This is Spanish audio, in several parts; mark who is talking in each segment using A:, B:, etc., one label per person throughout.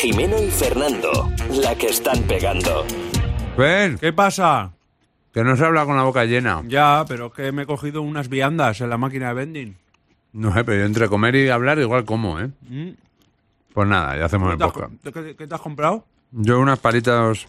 A: Jimeno y Fernando, la que están pegando.
B: ¿Ves?
C: ¿Qué pasa?
B: Que no se habla con la boca llena.
C: Ya, pero es que me he cogido unas viandas en la máquina de vending.
B: No sé, pero yo entre comer y hablar igual como, ¿eh?
C: Mm.
B: Pues nada, ya hacemos
C: ¿Qué,
B: el
C: te has
B: podcast.
C: com- qué- qué te has comprado?
B: Yo unas palitas...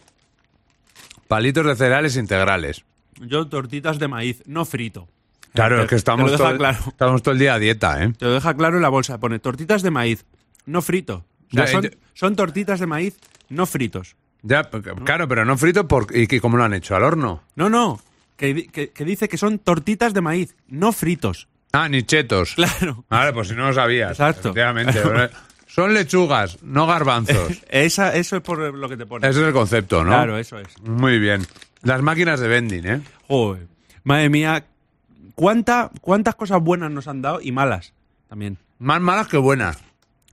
B: Palitos de cereales integrales.
C: Yo tortitas de maíz, no frito. Eh,
B: Claro,
C: Te-
B: es que estamos,
C: te lo
B: todo,
C: deja
B: el-
C: claro.
B: estamos todo el día a dieta, ¿eh?
C: Te lo deja claro en la bolsa. Pone tortitas de maíz, no frito. O sea,
B: Ya,
C: son,
B: ent-
C: son tortitas de maíz, no fritos.
B: Ya, porque- claro, pero no frito por... ¿Y qué- cómo lo han hecho? ¿Al horno?
C: No, no. Que, di- que- que dice que son tortitas de maíz, no fritos.
B: Ah, ni chetos.
C: Claro.
B: Vale, pues si no lo sabías.
C: Exacto.
B: Efectivamente. Son lechugas, no garbanzos.
C: Esa, eso es por lo que te pone.
B: Ese es el concepto, ¿no?
C: Claro, eso es.
B: Muy bien. Las máquinas de vending, ¿eh?
C: Joder, madre mía, ¿cuánta, cuántas cosas buenas nos han dado y malas también.
B: Más malas que buenas.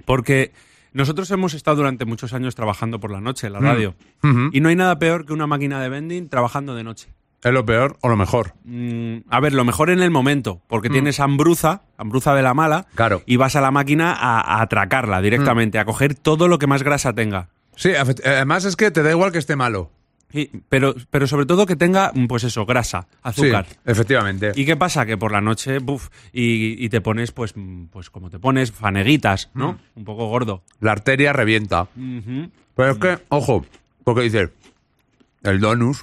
C: Porque nosotros hemos estado durante muchos años trabajando por la noche en la radio.
B: Mm. Ujú.
C: Y no hay nada peor que una máquina de vending trabajando de noche.
B: ¿Es lo peor o lo mejor?
C: Mm, a ver, lo mejor en el momento, porque tienes hambruza, hambruza de la mala,
B: Mm. Claro. Mm.
C: y vas a la máquina a, a atracarla directamente, a coger todo lo que más grasa tenga.
B: Sí, afect- además es que te da igual que esté malo.
C: Y- pero, pero sobre todo que tenga, mm, pues eso, grasa, azúcar.
B: Sí, efectivamente.
C: ¿Y qué pasa? Que por la noche, buf, y, y te pones, pues, mm, pues como te pones, faneguitas, ¿no?
B: Mm.
C: Un poco gordo.
B: La arteria revienta.
C: Ujú.
B: Pero es
C: Mm.
B: que, ojo, porque dices, el donus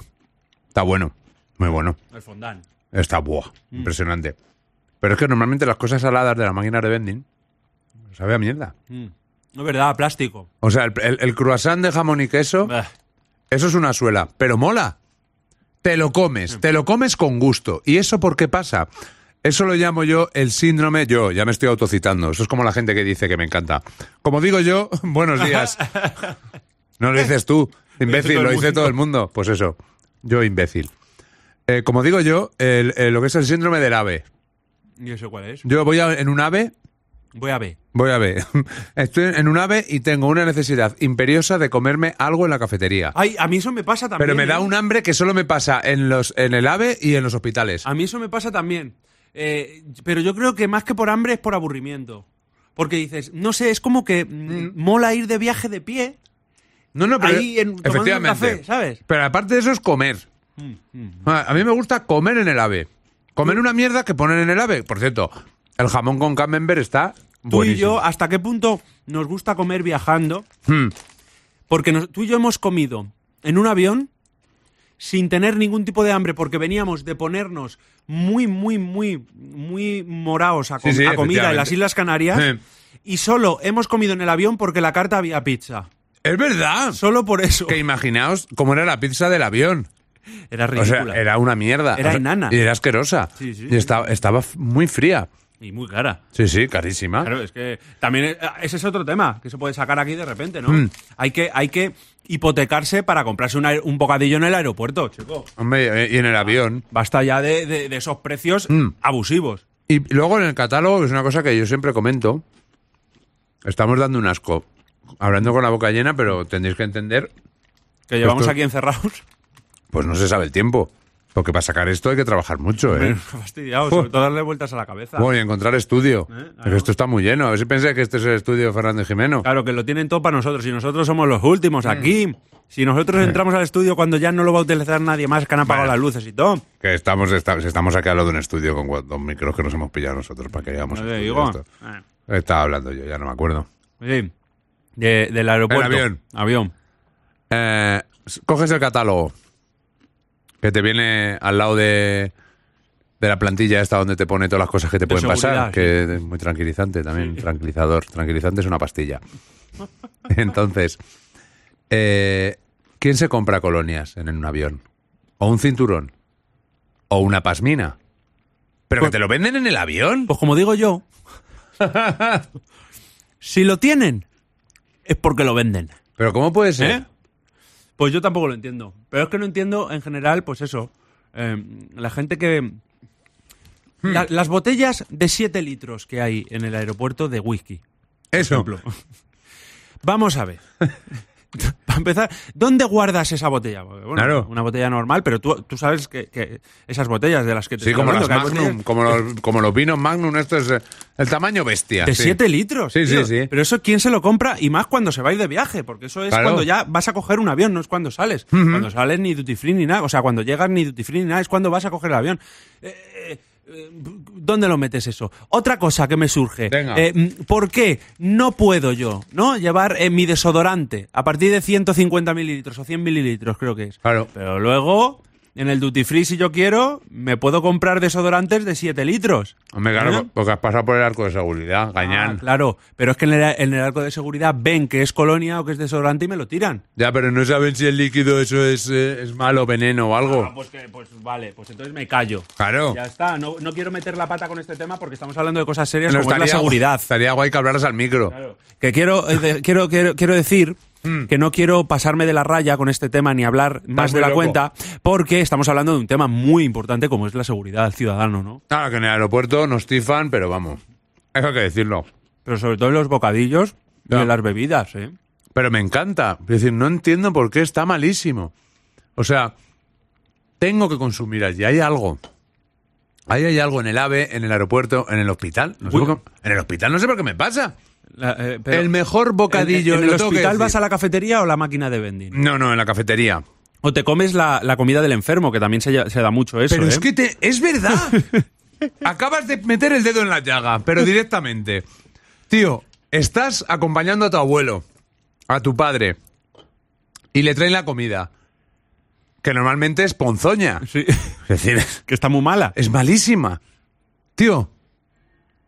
B: está bueno, muy bueno,
C: El fondant.
B: está buah,
C: Mm.
B: impresionante. Pero es que normalmente las cosas saladas de la máquina de vending sabe a mierda.
C: Mm. No es verdad, plástico. Eh,
B: O sea, el, el- el croissant de jamón y queso,
C: Bah.
B: eso es una suela, pero mola. Te lo comes, te lo comes con gusto. ¿Y eso por qué pasa? Eso lo llamo yo el síndrome, yo ya me estoy autocitando, eso es como la gente que dice que me encanta. Como digo yo, buenos días. No lo dices tú, imbécil, lo dice todo el mundo. Pues eso, yo imbécil. Eh, como digo yo, el- el- lo que es el síndrome del ave.
C: ¿Y eso cuál es?
B: Yo voy a- en un ave
C: Voy a ver.
B: Voy a ver. Estoy en un ave y tengo una necesidad imperiosa de comerme algo en la cafetería.
C: Ay, a mí eso me pasa también.
B: Pero me da
C: ¿eh?
B: un hambre que solo me pasa en los en el ave y en los hospitales.
C: A mí eso me pasa también. Eh, pero yo creo que más que por hambre es por aburrimiento. Porque dices, no sé, es como que mm, mola ir de viaje de pie.
B: No, no, pero
C: ahí en- tomando un café, ¿sabes?
B: Pero aparte de eso es comer.
C: Mm,
B: Ah, A mí me gusta comer en el ave. Comer una mierda que ponen en el ave. Por cierto, el jamón con camembert está
C: Tú y yo,
B: buenísimo.
C: ¿hasta qué punto nos gusta comer viajando?
B: Hmm.
C: Porque nos- tú y yo hemos comido en un avión sin tener ningún tipo de hambre, porque veníamos de ponernos muy, muy, muy, muy moraos a, com-
B: Sí, sí,
C: a comida en las
B: efectivamente.
C: Islas Canarias.
B: Sí.
C: Y solo hemos comido en el avión porque la carta había pizza.
B: Es verdad.
C: Solo por eso.
B: Que imaginaos cómo era la pizza del avión.
C: Era
B: O sea,
C: ridícula.
B: era una mierda.
C: Era
B: O sea,
C: enana.
B: Y era asquerosa.
C: Sí, sí,
B: Y
C: sí.
B: estaba, estaba f- muy fría.
C: Y muy cara.
B: Sí, sí, carísima.
C: Claro, es que también eh, ese es otro tema que se puede sacar aquí de repente, ¿no?
B: Mm.
C: Hay, que, hay que hipotecarse para comprarse un, aer- un bocadillo en el aeropuerto, chico.
B: Hombre, eh, y en el avión.
C: Basta ya de, de- de esos precios
B: Mm.
C: abusivos.
B: Y luego en el catálogo, que es una cosa que yo siempre comento, estamos dando un asco. Hablando con la boca llena, pero tendréis que entender,
C: Que llevamos
B: Esto-
C: aquí encerrados.
B: pues no se sabe el tiempo. Porque para sacar esto hay que trabajar mucho, ¿eh?
C: Fastidiados,
B: Uf.
C: sobre todo darle vueltas a la cabeza.
B: Bueno, y encontrar estudio.
C: Eh,
B: Es que esto está muy lleno. A ver si pensáis que este es el estudio de Fernando Jimeno.
C: Claro, que lo tienen todo para nosotros. Y nosotros somos los
B: Mm.
C: últimos aquí. Si
B: Eh.
C: nosotros entramos al estudio cuando ya no lo va a utilizar nadie más, que han apagado
B: Vale.
C: las luces y todo.
B: Que estamos, esta- estamos aquí al lado de un estudio con cua- dos micros que nos hemos pillado nosotros para que veamos.
C: No te
B: estudio
C: digo.
B: Pues esto.
C: Eh, pues
B: Estaba hablando yo, ya no me acuerdo.
C: sí. De- del aeropuerto.
B: El avión.
C: Avión.
B: Eh, s- coges el catálogo que te viene al lado de, de la plantilla esta donde te pone todas las cosas que te
C: De
B: pueden
C: seguridad,
B: pasar,
C: sí.
B: que es muy tranquilizante también, tranquilizador. Tranquilizante es una pastilla. Entonces, eh, ¿quién se compra colonias en un avión? ¿O un cinturón? ¿O una pasmina? ¿Pero que te lo venden en el avión?
C: Pues como digo yo, si lo tienen, es porque lo venden.
B: ¿Pero cómo puede ser?
C: ¿Eh? Pues yo tampoco lo entiendo. Pero es que no entiendo en general, pues eso. eh, la gente que.
B: Hmm.
C: La- las botellas de 7 litros que hay en el aeropuerto de whisky.
B: Eso.
C: Vamos a ver. Para empezar, ¿dónde guardas esa botella? Porque, bueno,
B: Claro.
C: Una botella normal, pero tú, tú sabes que, que esas botellas de las que te
B: Sí,
C: estoy
B: como las
C: hablando, que hay
B: Magnum,
C: botellas
B: como los, como los vinos Magnum, esto es eh, el tamaño bestia.
C: De
B: sí.
C: 7 litros.
B: Sí, sí,
C: tío.
B: sí.
C: Pero eso, ¿quién se lo compra? Y más cuando se va a ir de viaje, porque eso es
B: Claro.
C: cuando ya vas a coger un avión, no es cuando sales. Cuando sales ni duty free ni nada. O sea, cuando llegas ni duty free ni nada, es cuando vas a coger el avión. Eh, eh, eh, ¿Dónde lo metes eso? Otra cosa que me surge.
B: Venga.
C: Eh, mm, ¿Por qué no puedo yo no llevar eh, mi desodorante a partir de 150 mililitros o 100 mililitros, creo que es?
B: Claro.
C: Pero luego, en el duty free, si yo quiero, me puedo comprar desodorantes de 7 litros.
B: Hombre, claro,
C: ¿Eh?
B: porque has pasado por el arco de seguridad, gañán.
C: Ah, claro, pero es que en el, en el arco de seguridad ven que es colonia o que es desodorante y me lo tiran.
B: Ya, pero no saben si el líquido eso es, eh, es malo, veneno o algo.
C: pues, vale, pues entonces me callo.
B: Claro.
C: Ya está, no, no quiero meter la pata con este tema porque estamos hablando de cosas serias
B: Pero
C: como es la seguridad.
B: Estaría guay que hablaras al micro.
C: Que quiero, eh, de- quiero, quiero, quiero decir que no quiero pasarme de la raya con este tema ni hablar más
B: Mm. muy
C: de la
B: loco.
C: cuenta porque estamos hablando de un tema muy importante como es la seguridad del ciudadano, ¿no?
B: Claro, que en el aeropuerto nos tifan, pero vamos. Eso hay que decirlo.
C: Pero sobre todo en los bocadillos y
B: Ya.
C: en las bebidas, ¿eh?
B: Pero me encanta. Es decir, no entiendo por qué está malísimo. O sea, tengo que consumir allí. Hay algo. Ahí hay algo en el AVE, en el aeropuerto, en el hospital. No sé
C: Uy.
B: por qué- en el hospital no sé por qué me pasa.
C: La- eh, pero-
B: el mejor bocadillo.
C: ¿En, en
B: lo
C: el
B: tengo que
C: hospital
B: decir.
C: vas a la cafetería o la máquina de vending?
B: No, no, en la cafetería.
C: O te comes la, la comida del enfermo, que también se, lle- se da mucho eso.
B: Pero es
C: ¿eh?
B: que te- es verdad. Acabas de meter el dedo en la llaga, pero directamente. Tío, estás acompañando a tu abuelo, a tu padre, y le traen la comida, que normalmente es ponzoña.
C: Sí.
B: Es decir,
C: que está muy mala.
B: es malísima. Tío,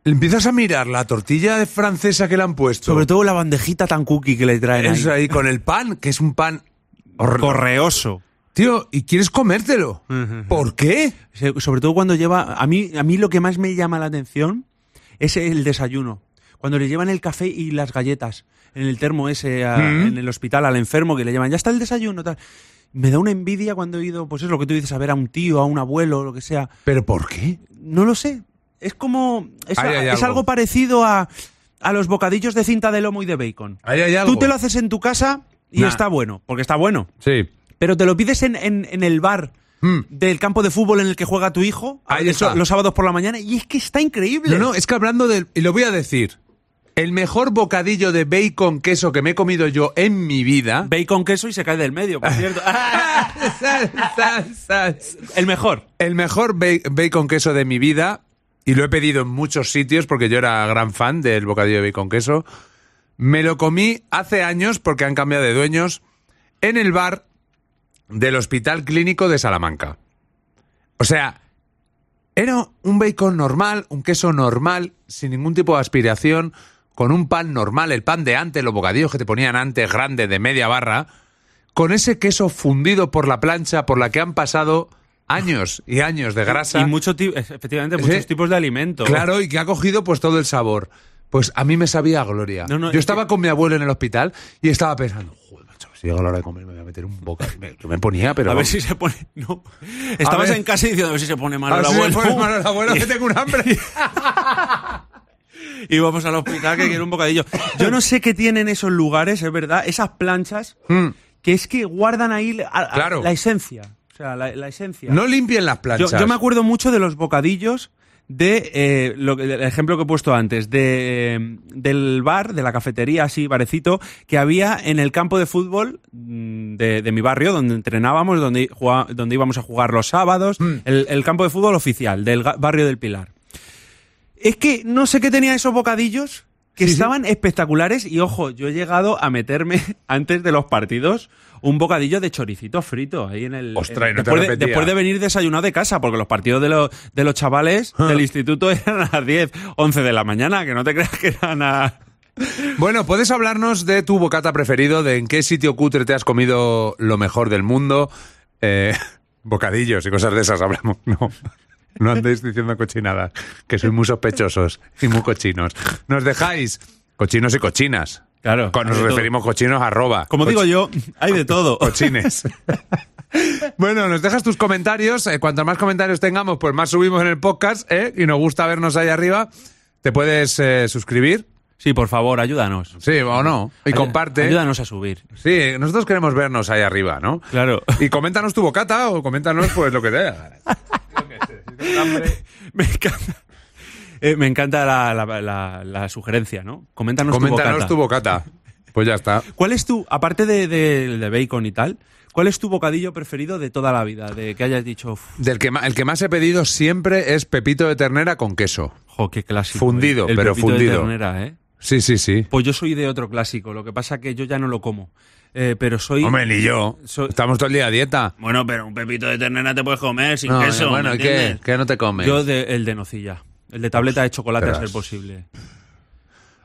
B: empiezas a mirar la tortilla de francesa que le han puesto.
C: Sobre todo la bandejita tan cookie que le traen.
B: Eso
C: ahí.
B: ahí con el pan, que es un pan... horrendo.
C: Correoso.
B: Tío, y quieres comértelo. ¿Por qué?
C: Se- Sobre todo cuando lleva. A mí, a mí lo que más me llama la atención es el desayuno. Cuando le llevan el café y las galletas en el termo ese, a- en el hospital, al enfermo que le llaman, ya está el desayuno, tal. Me da una envidia cuando he ido, pues es lo que tú dices, a ver a un tío, a un abuelo, lo que sea.
B: ¿Pero por qué?
C: No lo sé. Es como. Es,
B: Ahí hay
C: es
B: algo.
C: algo parecido a, a los bocadillos de cinta de lomo y de bacon.
B: Ahí hay algo.
C: Tú te lo haces en tu casa y
B: Nah.
C: está bueno, porque está bueno.
B: Sí.
C: Pero te lo pides en, en- en el bar
B: Mm.
C: del campo de fútbol en el que juega tu hijo,
B: Ahí
C: eso,
B: está.
C: los sábados por la mañana, y es que está increíble.
B: No, no, es que hablando del. Y lo voy a decir. El mejor bocadillo de bacon queso que me he comido yo en mi vida.
C: Bacon, queso y se cae del medio, por cierto. ¡Ah! el mejor.
B: El mejor ba- bacon queso de mi vida. Y lo he pedido en muchos sitios porque yo era gran fan del bocadillo de bacon queso. Me lo comí hace años porque han cambiado de dueños en el bar del Hospital Clínico de Salamanca. O sea, era un bacon normal, un queso normal, sin ningún tipo de aspiración, con un pan normal, el pan de antes, los bocadillos que te ponían antes, grande, de media barra, con ese queso fundido por la plancha por la que han pasado años y años de grasa.
C: Y mucho ti- efectivamente, muchos
B: Sí.
C: tipos de alimentos.
B: Claro, y que ha cogido pues todo el sabor. Pues a mí me sabía a gloria.
C: No, no,
B: Yo
C: es
B: estaba
C: que-
B: con mi abuelo en el hospital y estaba pensando, joder, macho, si llega la hora de comer me voy a meter un boca. Me- Yo me ponía, pero...
C: A ver si se pone. No. Estabas
B: ver.
C: en casa diciendo a ver si se pone
B: A
C: mal
B: ver
C: el
B: si me
C: abuelo.
B: pones mal al abuelo,
C: Y-
B: que tengo un hambre.
C: y vamos al hospital que quiero un bocadillo. Yo no sé qué tienen esos lugares, es verdad, esas planchas,
B: Mm.
C: que es que guardan ahí a- a-
B: Claro.
C: la esencia. O sea, la, la esencia.
B: No limpien las
C: yo,
B: planchas.
C: yo me acuerdo mucho de los bocadillos de eh, lo que- el ejemplo que he puesto antes de eh, del bar de la cafetería así barecito que había en el campo de fútbol mm, de, de mi barrio donde entrenábamos donde jugá- donde íbamos a jugar los sábados el, el campo de fútbol oficial del ga- barrio del Pilar es que no sé qué tenía esos bocadillos que estaban espectaculares y ojo, yo he llegado a meterme antes de los partidos un bocadillo de choricito frito ahí en el
B: Ostras, y no te
C: después, de,
B: arrepentías.
C: después de venir desayunado de casa porque los partidos de los de los chavales
B: Ah.
C: del instituto eran a las 10, 11 de la mañana, que no te creas que eran a
B: Bueno, puedes hablarnos de tu bocata preferido, de en qué sitio cutre te has comido lo mejor del mundo. Eh, bocadillos y cosas de esas hablamos. No, no andéis diciendo cochinadas, que sois muy sospechosos y muy cochinos. Nos dejáis cochinos y cochinas.
C: Claro.
B: Cuando nos
C: hay de todo.
B: referimos cochinos, arroba.
C: Como
B: Coch-
C: digo yo, hay de todo.
B: Cochines. bueno, nos dejas tus comentarios. Eh, cuanto más comentarios tengamos, pues más subimos en el podcast. ¿eh? Y nos gusta vernos ahí arriba. Te puedes eh, suscribir
C: Sí, por favor, ayúdanos.
B: Sí, o no. Y
C: Ayu-
B: comparte.
C: Ayúdanos a subir.
B: Sí, nosotros queremos vernos ahí arriba, ¿no?
C: Claro.
B: Y coméntanos tu bocata o coméntanos pues lo que te haga.
C: me encanta. Eh, me encanta la, la- la- la sugerencia, ¿no? Coméntanos,
B: Coméntanos
C: tu
B: tu
C: bocata.
B: bocata. Pues ya está.
C: ¿Cuál es tu, aparte de, de- de bacon y tal, cuál es tu bocadillo preferido de toda la vida? De que hayas dicho, "Uf,
B: Del que ma- el que más he pedido siempre es pepito de ternera con queso.
C: jo, qué clásico.
B: Fundido,
C: eh. El
B: pero
C: pepito de
B: fundido.
C: ternera, ¿eh?
B: Sí, sí, sí.
C: Pues yo soy de otro clásico, lo que pasa que yo ya no lo como. Eh, pero soy...
B: Hombre, ni yo.
C: So-
B: Estamos todo el día a dieta.
C: Bueno, pero un pepito de ternera te puedes comer sin
B: No, bueno, ¿y qué? ¿Qué no te comes?
C: Yo de- el de nocilla. El de tableta de chocolate a
B: Ostras.
C: ser posible.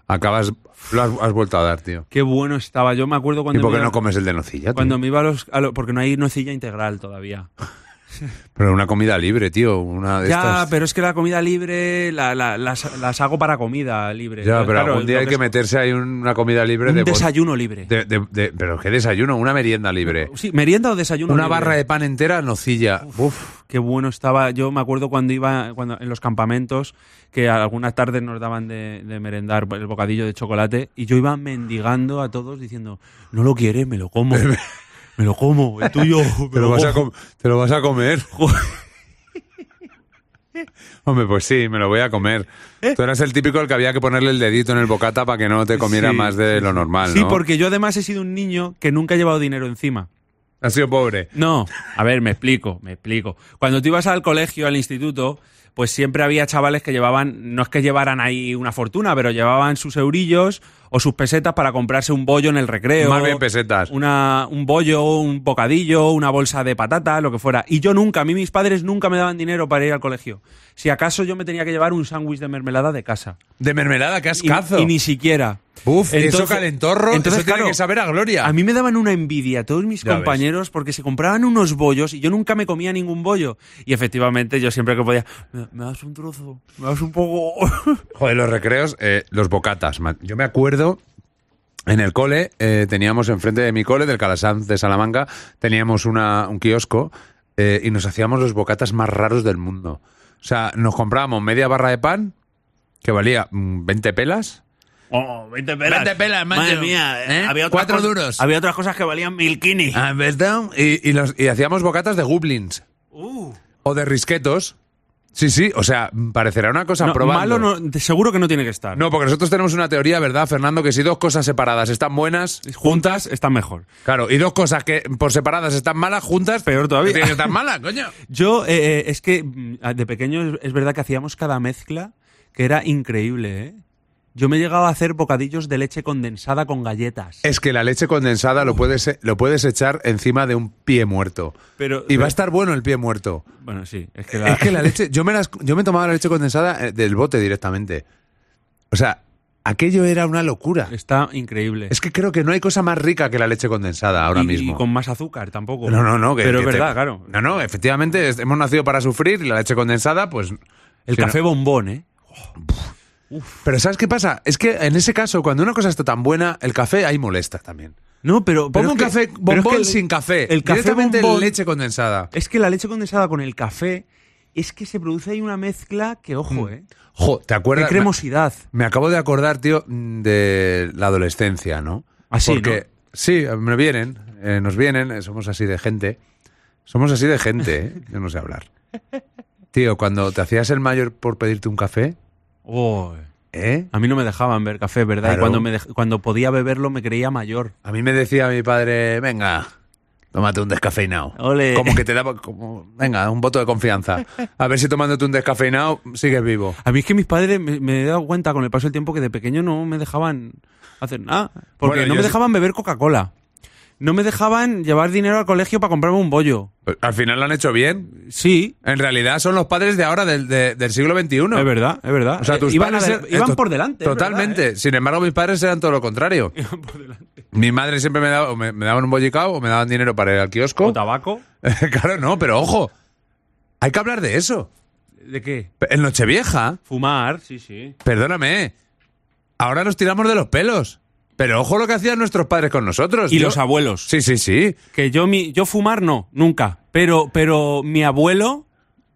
B: Acabas, lo has, has vuelto a dar, tío.
C: Qué bueno estaba. Yo me acuerdo
B: ¿Y
C: cuando...
B: por
C: me
B: qué
C: iba-
B: no comes el de nocilla? tío?
C: Cuando me iba a los, a lo- Porque no hay nocilla integral todavía.
B: Pero una comida libre, tío. Una de
C: Ya,
B: estas.
C: pero es que la comida libre la- la- las, las hago para comida libre.
B: Ya,
C: Yo,
B: pero
C: claro,
B: algún día
C: lo
B: hay que
C: es
B: meterse ahí un- una comida libre
C: Un
B: de, bol-
C: desayuno libre.
B: de- de- de- Pero qué desayuno, una merienda libre.
C: Sí, merienda o desayuno
B: Una
C: libre?
B: barra de pan entera, nocilla. Uf.
C: Qué bueno estaba. Yo me acuerdo cuando iba cuando en los campamentos que algunas tardes nos daban de, de merendar el bocadillo de chocolate y yo iba mendigando a todos diciendo, no lo quieres, me lo como. me lo como, el tuyo. me
B: Te lo, vas a
C: como".
B: com- te lo vas a comer. Hombre, pues sí, me lo voy a comer.
C: ¿Eh?
B: Tú eras el típico al que había que ponerle el dedito en el bocata para que no te comiera
C: Sí,
B: más de
C: sí,
B: lo
C: sí.
B: normal,
C: Sí,
B: ¿no?
C: porque yo además he sido un niño que nunca ha llevado dinero encima.
B: Has sido pobre.
C: No, a ver, me explico, me explico. Cuando tú ibas al colegio, al instituto, pues siempre había chavales que llevaban, no es que llevaran ahí una fortuna, pero llevaban sus eurillos o sus pesetas para comprarse un bollo en el recreo.
B: Más bien pesetas.
C: Una, un bollo, un bocadillo, una bolsa de patata, lo que fuera. Y yo nunca, a mí mis padres nunca me daban dinero para ir al colegio. Si acaso yo me tenía que llevar un sándwich de mermelada de casa.
B: De mermelada, qué
C: Y- Y, ni siquiera.
B: Uf, eso
C: Entonces-
B: calentorro,
C: entonces,
B: eso tiene
C: claro,
B: que saber a gloria.
C: a mí me daban una envidia todos mis
B: Ya
C: compañeros porque se compraban unos bollos y yo nunca me comía ningún bollo. Y efectivamente yo siempre que podía, me, me das un trozo, me das un poco...
B: Joder, los recreos, eh, los bocatas. man. Yo me acuerdo, en el cole, eh, teníamos enfrente de mi cole, del Calasanz de Salamanca, teníamos una- un kiosco eh, y nos hacíamos los bocatas más raros del mundo. O sea, nos comprábamos media barra de pan, que valía mm, 20 pelas.
C: Oh, 20
B: 20 pelas, macho.
C: Madre mía, eh,
B: ¿Eh?
C: había otras
B: Cuatro
C: cosas-
B: duros. Ah.
C: Había otras cosas que valían milquini.
B: Y, y los- y hacíamos bocatas de goblins
C: Uh.
B: o de risquetos. Sí, sí, o sea, parecerá una cosa
C: No,
B: probando.
C: malo no- de- seguro que no tiene que estar.
B: No, porque nosotros tenemos una teoría, ¿verdad, Fernando? Que si dos cosas separadas están buenas,
C: Juntas están mejor.
B: claro, y dos cosas que por separadas están malas, juntas,
C: Peor todavía.
B: Tienen que estar malas, coño.
C: Yo, eh, eh, es que mm, de pequeño es- es verdad que hacíamos cada mezcla que era increíble, ¿eh? Yo me he llegado a hacer bocadillos de leche condensada con galletas.
B: Es que la leche condensada lo puedes, lo puedes echar encima de un pie muerto.
C: Pero-
B: y va a estar bueno el pie muerto.
C: Bueno, sí, es que, la-
B: Es que la leche, yo me, las- yo me tomaba la leche condensada eh, del bote directamente. O sea, aquello era una locura.
C: está increíble.
B: Es que creo que no hay cosa más rica que la leche condensada ahora
C: Y-
B: mismo.
C: Y con más azúcar tampoco.
B: No, no, no. que-
C: Pero
B: que
C: es
B: te-
C: verdad, claro.
B: No, no, efectivamente, es- hemos nacido para sufrir y la leche condensada, pues...
C: El
B: si no-
C: café bombón, ¿eh?
B: Pero ¿sabes qué pasa? Es que en ese caso, cuando una cosa está tan buena, el café ahí molesta también.
C: No, pero.
B: Pongo
C: pero
B: un
C: es que-
B: café
C: pero es
B: bombón
C: que el-
B: sin café.
C: El café
B: Directamente
C: bombón.
B: leche condensada.
C: Es que la leche condensada con el café. Es que se produce ahí una mezcla que, ojo, ¿eh?
B: Jo, ¿te
C: Qué
B: acuerdas?
C: cremosidad.
B: Mm. Me, me acabo de acordar, tío, mm, de la adolescencia, ¿no?
C: Así,
B: Porque, sí, me vienen, eh, nos vienen, eh, somos así de gente. Somos así de gente, ¿eh? Yo no sé hablar. Tío, cuando te hacías el mayor por pedirte un café,
C: Oh,
B: ¿eh?
C: a mí no me dejaban ver café, ¿verdad? Y
B: Claro.
C: cuando, me dej- cuando podía beberlo me creía mayor.
B: A mí me decía mi padre, venga, tómate un descafeinado.
C: Ole.
B: Como que te daba, como, venga, un voto de confianza. A ver si tomándote un descafeinado sigues vivo.
C: A mí es que mis padres me, me he dado cuenta con el paso del tiempo que de pequeño no me dejaban hacer nada. Porque
B: Bueno,
C: no
B: yo
C: me
B: sí-
C: dejaban beber Coca-Cola. No me dejaban llevar dinero al colegio para comprarme un bollo.
B: Al final lo han hecho bien.
C: Sí,
B: En realidad son los padres de ahora, del, de- del siglo XXI.
C: es verdad, es verdad.
B: O sea, tus
C: Eh, iban,
B: padres
C: a-
B: eran-
C: iban
B: to-
C: por delante. es ¿eh?
B: Totalmente. Sin embargo, mis padres eran todo lo contrario.
C: verdad, ¿eh? Iban por delante.
B: Mi madre siempre me, daba, o me, me daban un bollicao o me daban dinero para ir al kiosco.
C: ¿O tabaco?
B: claro, no, pero ojo. Hay que hablar de eso.
C: ¿De qué?
B: En Nochevieja,
C: Fumar, sí, sí.
B: Perdóname. Ahora nos tiramos de los pelos. Pero ojo lo que hacían nuestros padres con nosotros.
C: Y
B: Yo-
C: los abuelos.
B: Sí, sí, sí.
C: Que yo, mi, yo fumar no, nunca. Pero, pero mi abuelo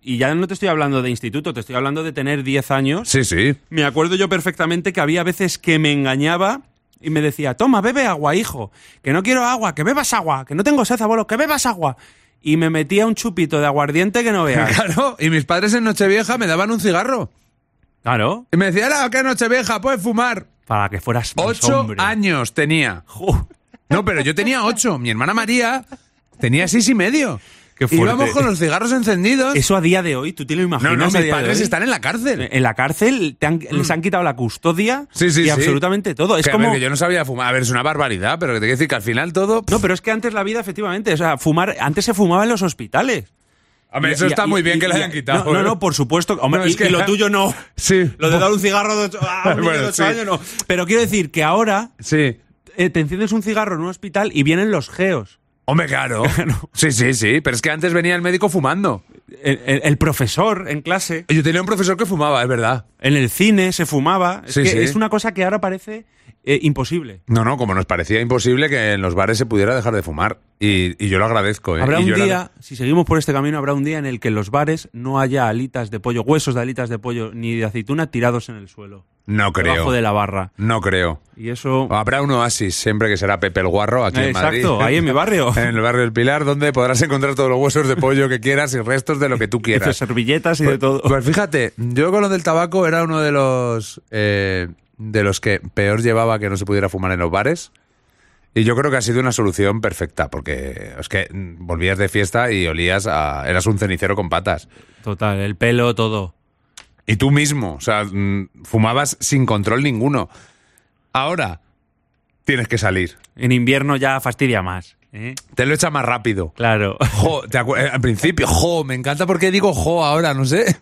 C: y ya no te estoy hablando de instituto, te estoy hablando de tener 10 años.
B: Sí, sí.
C: Me acuerdo yo perfectamente que había veces que me engañaba y me decía, toma, bebe agua, hijo, que no quiero agua, que bebas agua, que no tengo sed, abuelo, que bebas agua. Y me metía un chupito de aguardiente que no veas.
B: Claro, y mis padres en Nochevieja me daban un cigarro.
C: Claro,
B: Y me decían, ah, qué Nochevieja, puedes fumar.
C: para que fueras más
B: Ocho
C: hombre.
B: años tenía.
C: Jo.
B: No, pero yo tenía ocho. Mi hermana María tenía seis y medio.
C: Qué
B: Y
C: fuerte.
B: Íbamos con los cigarros encendidos.
C: Eso a día de hoy, ¿tú te lo imaginas?
B: no, no,
C: a
B: mis
C: día de
B: padres
C: hoy?
B: están en la cárcel.
C: En la cárcel te han- les han quitado la custodia
B: Sí, sí,
C: y
B: sí.
C: absolutamente todo. Es
B: Que, a
C: como...
B: ver, que yo no sabía fumar. A ver, es una barbaridad, pero que te quiero decir que al final todo.
C: No, pero es que antes la vida, efectivamente, o sea, fumar, antes se fumaba en los hospitales.
B: Hombre,
C: Y-
B: eso
C: y-
B: está
C: y-
B: muy bien
C: y-
B: que lo
C: y-
B: hayan quitado. ¿eh?
C: No, no, no, por supuesto. Hombre,
B: No,
C: y,
B: es que-
C: y lo tuyo no.
B: Sí.
C: Lo de dar un cigarro de ocho- a un niño
B: Bueno,
C: de
B: sí.
C: ocho años no. Pero quiero decir que ahora
B: Sí.
C: eh, te enciendes un cigarro en un hospital y vienen los geos.
B: Hombre, claro. Sí, sí, sí. Pero es que antes venía el médico fumando.
C: El, el- el profesor en clase,
B: Yo tenía un profesor que fumaba, es verdad.
C: en el cine se fumaba. Es,
B: Sí,
C: que
B: sí.
C: es una cosa que ahora parece eh, imposible.
B: No, no, como nos parecía imposible que en los bares se pudiera dejar de fumar. Y, y yo lo agradezco. ¿eh?
C: Habrá
B: Y
C: un
B: yo lo-
C: día, si seguimos por este camino, habrá un día en el que en los bares no haya alitas de pollo, huesos de alitas de pollo ni de aceituna tirados en el suelo,
B: No creo.
C: debajo de la barra.
B: No creo.
C: Y eso.
B: Habrá un oasis, siempre que será Pepe el Guarro, aquí en Madrid.
C: Exacto, ahí en mi barrio.
B: En el barrio del Pilar, donde podrás encontrar todos los huesos de pollo que quieras y restos de lo que tú
C: de
B: quieras.
C: servilletas y de todo.
B: Pues fíjate, yo con lo del tabaco era uno de los eh, de los que peor llevaba que no se pudiera fumar en los bares. Y yo creo que ha sido una solución perfecta, porque es que mm, volvías de fiesta y olías a. eras un cenicero con patas.
C: Total, el pelo, todo.
B: Y tú mismo, o sea, mm, fumabas sin control ninguno. Ahora tienes que salir.
C: En invierno ya fastidia más. ¿eh?
B: Te lo echa más rápido.
C: Claro.
B: Jo, ¿te acu- eh, al principio, jo, me encanta porque digo jo ahora, no sé.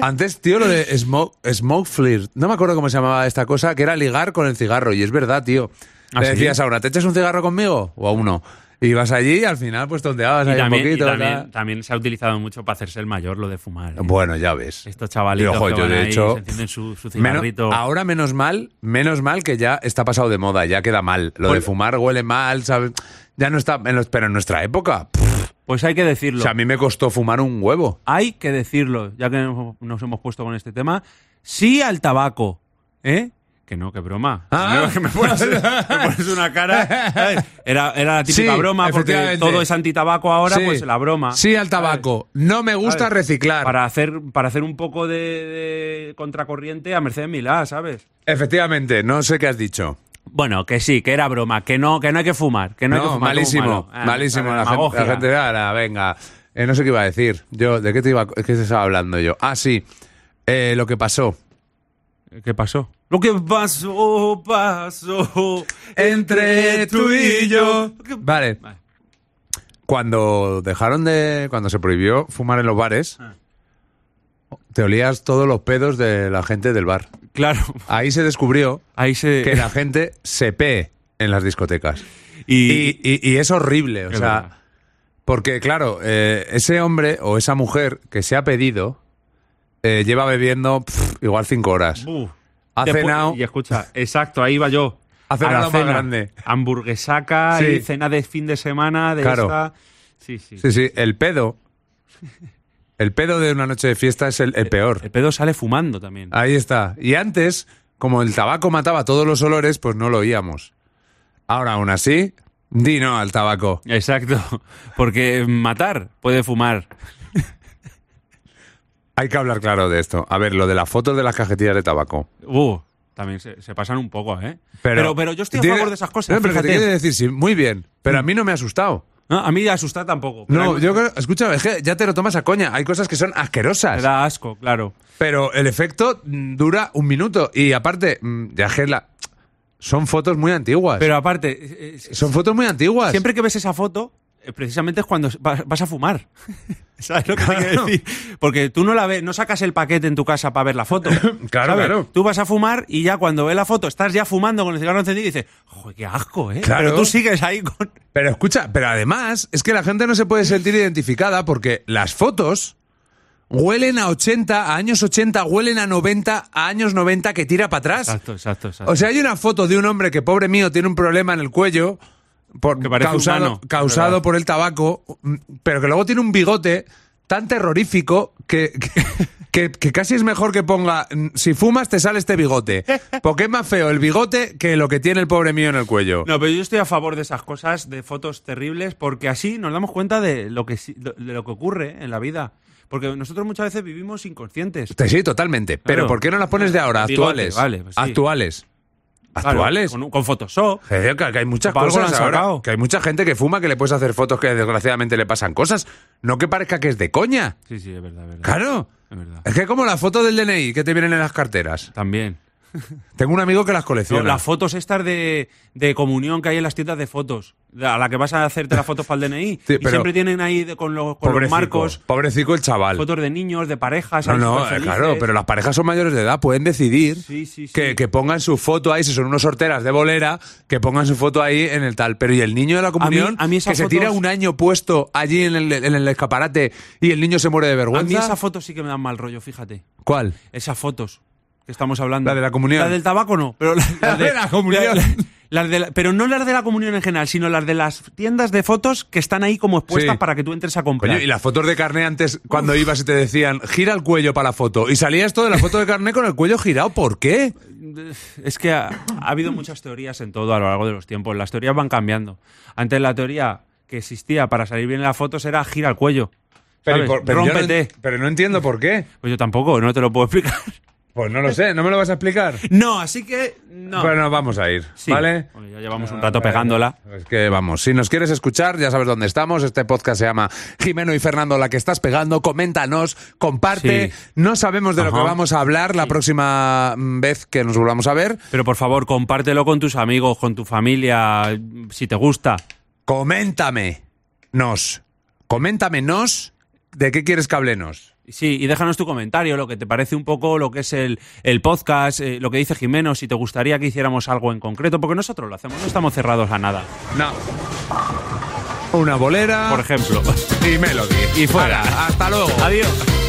B: Antes, tío, lo de smoke, smoke flirt, no me acuerdo cómo se llamaba esta cosa, que era ligar con el cigarro, y es verdad, tío.
C: ¿Ah,
B: Le
C: sí?
B: decías a una, ¿te echas un cigarro conmigo? O a uno. Y vas allí y al final, pues tonteabas
C: Y
B: ahí
C: también,
B: un
C: y
B: poquito.
C: también,
B: tal.
C: también se ha utilizado mucho para hacerse el mayor lo de fumar. ¿eh?
B: Bueno, ya ves.
C: Estos chavalitos
B: Y, ojo,
C: que
B: yo,
C: van
B: de
C: ahí,
B: hecho,
C: se encienden su, su
B: Menos-
C: Este cigarrito.
B: ahora menos mal, menos mal que ya está pasado de moda, ya queda mal. Lo de
C: Pues-
B: fumar huele mal, ¿sabes? Ya no está, en los- pero en nuestra época, pff,
C: Pues hay que decirlo.
B: o sea, a mí me costó fumar un huevo.
C: hay que decirlo, ya que nos- nos hemos puesto con este tema, sí al tabaco, ¿eh? Que no, que broma.
B: Ah.
C: No, que me, pones, me pones una cara. ¿sabes? Era, era la típica
B: Sí,
C: broma, porque
B: efectivamente.
C: todo es antitabaco ahora,
B: Sí.
C: pues la broma.
B: Sí al tabaco. No me gusta
C: ¿Sabes?
B: reciclar.
C: Para hacer, para hacer un poco de, de contracorriente a Mercedes Milá, ¿sabes?
B: Efectivamente, no sé qué has dicho.
C: Bueno, que sí, que era broma, que no, que no hay que fumar, que no, hay que Ah,
B: No,
C: fumar.
B: malísimo, malísimo. La gente, la gente ahora, venga. Eh, no sé qué iba a decir. Yo, ¿de qué te iba, qué te estaba hablando yo? Ah, sí. Eh, lo que pasó.
C: ¿Qué pasó? Lo que pasó, pasó
B: Entre tú y yo. Vale.
C: Vale.
B: Cuando dejaron de. Cuando se prohibió fumar en los bares,
C: Ah.
B: te olías todos los pedos de la gente del bar.
C: Claro,
B: Ahí se descubrió
C: ahí se...
B: que la gente se pee en las discotecas. Y, y- y es horrible, o
C: Es
B: sea,
C: verdad.
B: porque claro, eh, ese hombre o esa mujer que se ha pedido eh, lleva bebiendo pf, igual cinco horas.
C: Buf.
B: Ha
C: Después-
B: cenado-
C: Y escucha, exacto, ahí va yo.
B: Ha cenado
C: la
B: lo más grande.
C: Hamburguesaca
B: Sí.
C: y cena de fin de semana de
B: Claro.
C: esta. Sí, sí.
B: Sí, sí, el pedo, el pedo de una noche de fiesta es el, el
C: El
B: peor.
C: pedo sale fumando también.
B: Ahí está. Y antes, como el tabaco mataba todos los olores, pues no lo oíamos. Ahora, aún así, di no al tabaco.
C: Exacto. Porque matar puede fumar.
B: Hay que hablar claro de esto. A ver, lo de las fotos de las cajetillas de tabaco.
C: Uh, también se, se pasan un poco, ¿eh? pero, yo estoy a
B: tiene-
C: favor de esas cosas.
B: No, pero que te
C: fíjate.
B: quiero decir, sí, muy bien, pero a mí no me ha asustado.
C: No, a mí asustar tampoco. pero
B: No,
C: hay-
B: yo creo, escúchame, es que ya te lo tomas a coña. Hay cosas que son
C: Me
B: asquerosas,
C: da asco, claro.
B: pero el efecto mm, dura un minuto. Y aparte, mm, ya que la- son fotos muy antiguas.
C: Pero aparte, eh, eh,
B: son fotos muy antiguas.
C: Siempre que ves esa foto, eh, precisamente es cuando vas, vas a fumar. ¿Sabes lo que te quiero
B: Claro.
C: decir? Porque tú no la ves, no sacas el paquete en tu casa para ver la foto.
B: Claro, claro.
C: Tú vas a fumar y ya cuando ves la foto, estás ya fumando con el cigarro encendido y dices, joder, qué asco, ¿eh?
B: Claro.
C: Pero tú sigues ahí con.
B: Pero escucha, pero además es que la gente no se puede sentir identificada porque las fotos huelen a 80, a años 80, huelen a 90, a años 90 que tira para atrás.
C: Exacto, exacto, exacto.
B: O sea, hay una foto de un hombre que, pobre mío, tiene un problema en el cuello por,
C: Que parece
B: causado,
C: humano,
B: causado
C: ¿verdad?
B: por el tabaco, mm, pero que luego tiene un bigote tan terrorífico que, que, que- que casi es mejor que ponga, mm, si fumas te sale este bigote. Porque es más feo el bigote que lo que tiene el pobre mío en el cuello.
C: No, pero yo estoy a favor de esas cosas, de fotos terribles, porque así nos damos cuenta de lo que, sí- de lo que ocurre en la vida. Porque nosotros muchas veces vivimos inconscientes.
B: Te- Sí, totalmente. Pero
C: Claro.
B: ¿por qué no las pones de ahora?
C: Bigote,
B: Actuales.
C: vale, pues sí.
B: Actuales.
C: Claro,
B: Actuales.
C: con, un- con Photoshop.
B: Joder, que que hay muchas
C: Para algo
B: cosas
C: lo han
B: ahora,
C: sacado.
B: que hay mucha gente que fuma que le puedes hacer fotos que desgraciadamente le pasan cosas. No que parezca que es de coña.
C: Sí, sí, es verdad, es verdad.
B: Claro.
C: Es verdad.
B: Es que como las fotos del DNI que te vienen en las carteras.
C: También.
B: Tengo un amigo que las
C: No,
B: colecciona.
C: las fotos estas de, de comunión que hay en las tiendas de fotos, de- a la que vas a hacerte las fotos para el DNI. y
B: pero-
C: siempre tienen ahí de- con, los, con los
B: Pobrecico.
C: marcos
B: Pobrecico el chaval.
C: fotos de niños, de parejas.
B: No,
C: ahí
B: no, eh,
C: superfelices.
B: claro, pero las parejas son mayores de edad, pueden decidir
C: Sí, sí, sí.
B: Que, que pongan su foto ahí, si son unos sorteras de bolera, que pongan su foto ahí en el tal. Pero y el niño de la comunión,
C: a mí esas
B: que se tira
C: fotos-
B: un año puesto allí en el, en el escaparate y el niño se muere de
C: A mí
B: vergüenza.
C: esas fotos sí que me dan mal rollo, fíjate.
B: ¿Cuál?
C: Esas fotos que estamos hablando.
B: La de la comunión.
C: La del tabaco no, pero la,
B: La de la comunión.
C: la- las de la- pero no las de la comunión en general, sino las de las tiendas de fotos que están ahí como expuestas
B: Sí.
C: para que tú entres a comprar.
B: Coño, y las fotos de carné antes, cuando ibas y te decían, gira el cuello para la foto. Y salía esto de la foto de carné con el cuello girado. ¿Por qué?
C: Es que ha, ha habido muchas teorías en todo a lo largo de los tiempos. Las teorías van cambiando. Antes la teoría que existía para salir bien en las fotos era gira el cuello. ¿sabes?
B: yo
C: Rómpete.
B: No, pero no entiendo por qué.
C: Pues yo tampoco, no te lo puedo explicar.
B: Pues no lo sé, ¿no me lo vas a explicar?
C: No, así que no.
B: Bueno, vamos a ir,
C: Sí.
B: ¿vale?
C: Bueno, ya llevamos un
B: Ah,
C: rato
B: vale.
C: pegándola.
B: Es que vamos, si nos quieres escuchar, ya sabes dónde estamos. Este podcast se llama Jimeno y Fernando, la que estás pegando. Coméntanos, comparte.
C: Sí.
B: No sabemos de lo
C: Ajá.
B: que vamos a hablar la próxima mm, vez que nos volvamos a ver.
C: Pero por favor, compártelo con tus amigos, con tu familia, si te gusta.
B: Coméntame, nos. Coméntame, nos, de qué quieres que hablemos.
C: Sí, y déjanos tu comentario, lo que te parece un poco lo que es el, el podcast, eh, lo que dice Jimeno, si te gustaría que hiciéramos algo en concreto, porque nosotros lo hacemos, no estamos cerrados a nada,
B: No. Una bolera
C: por ejemplo.
B: y melody.
C: Y fuera.
B: Hala, hasta luego.
C: Adiós.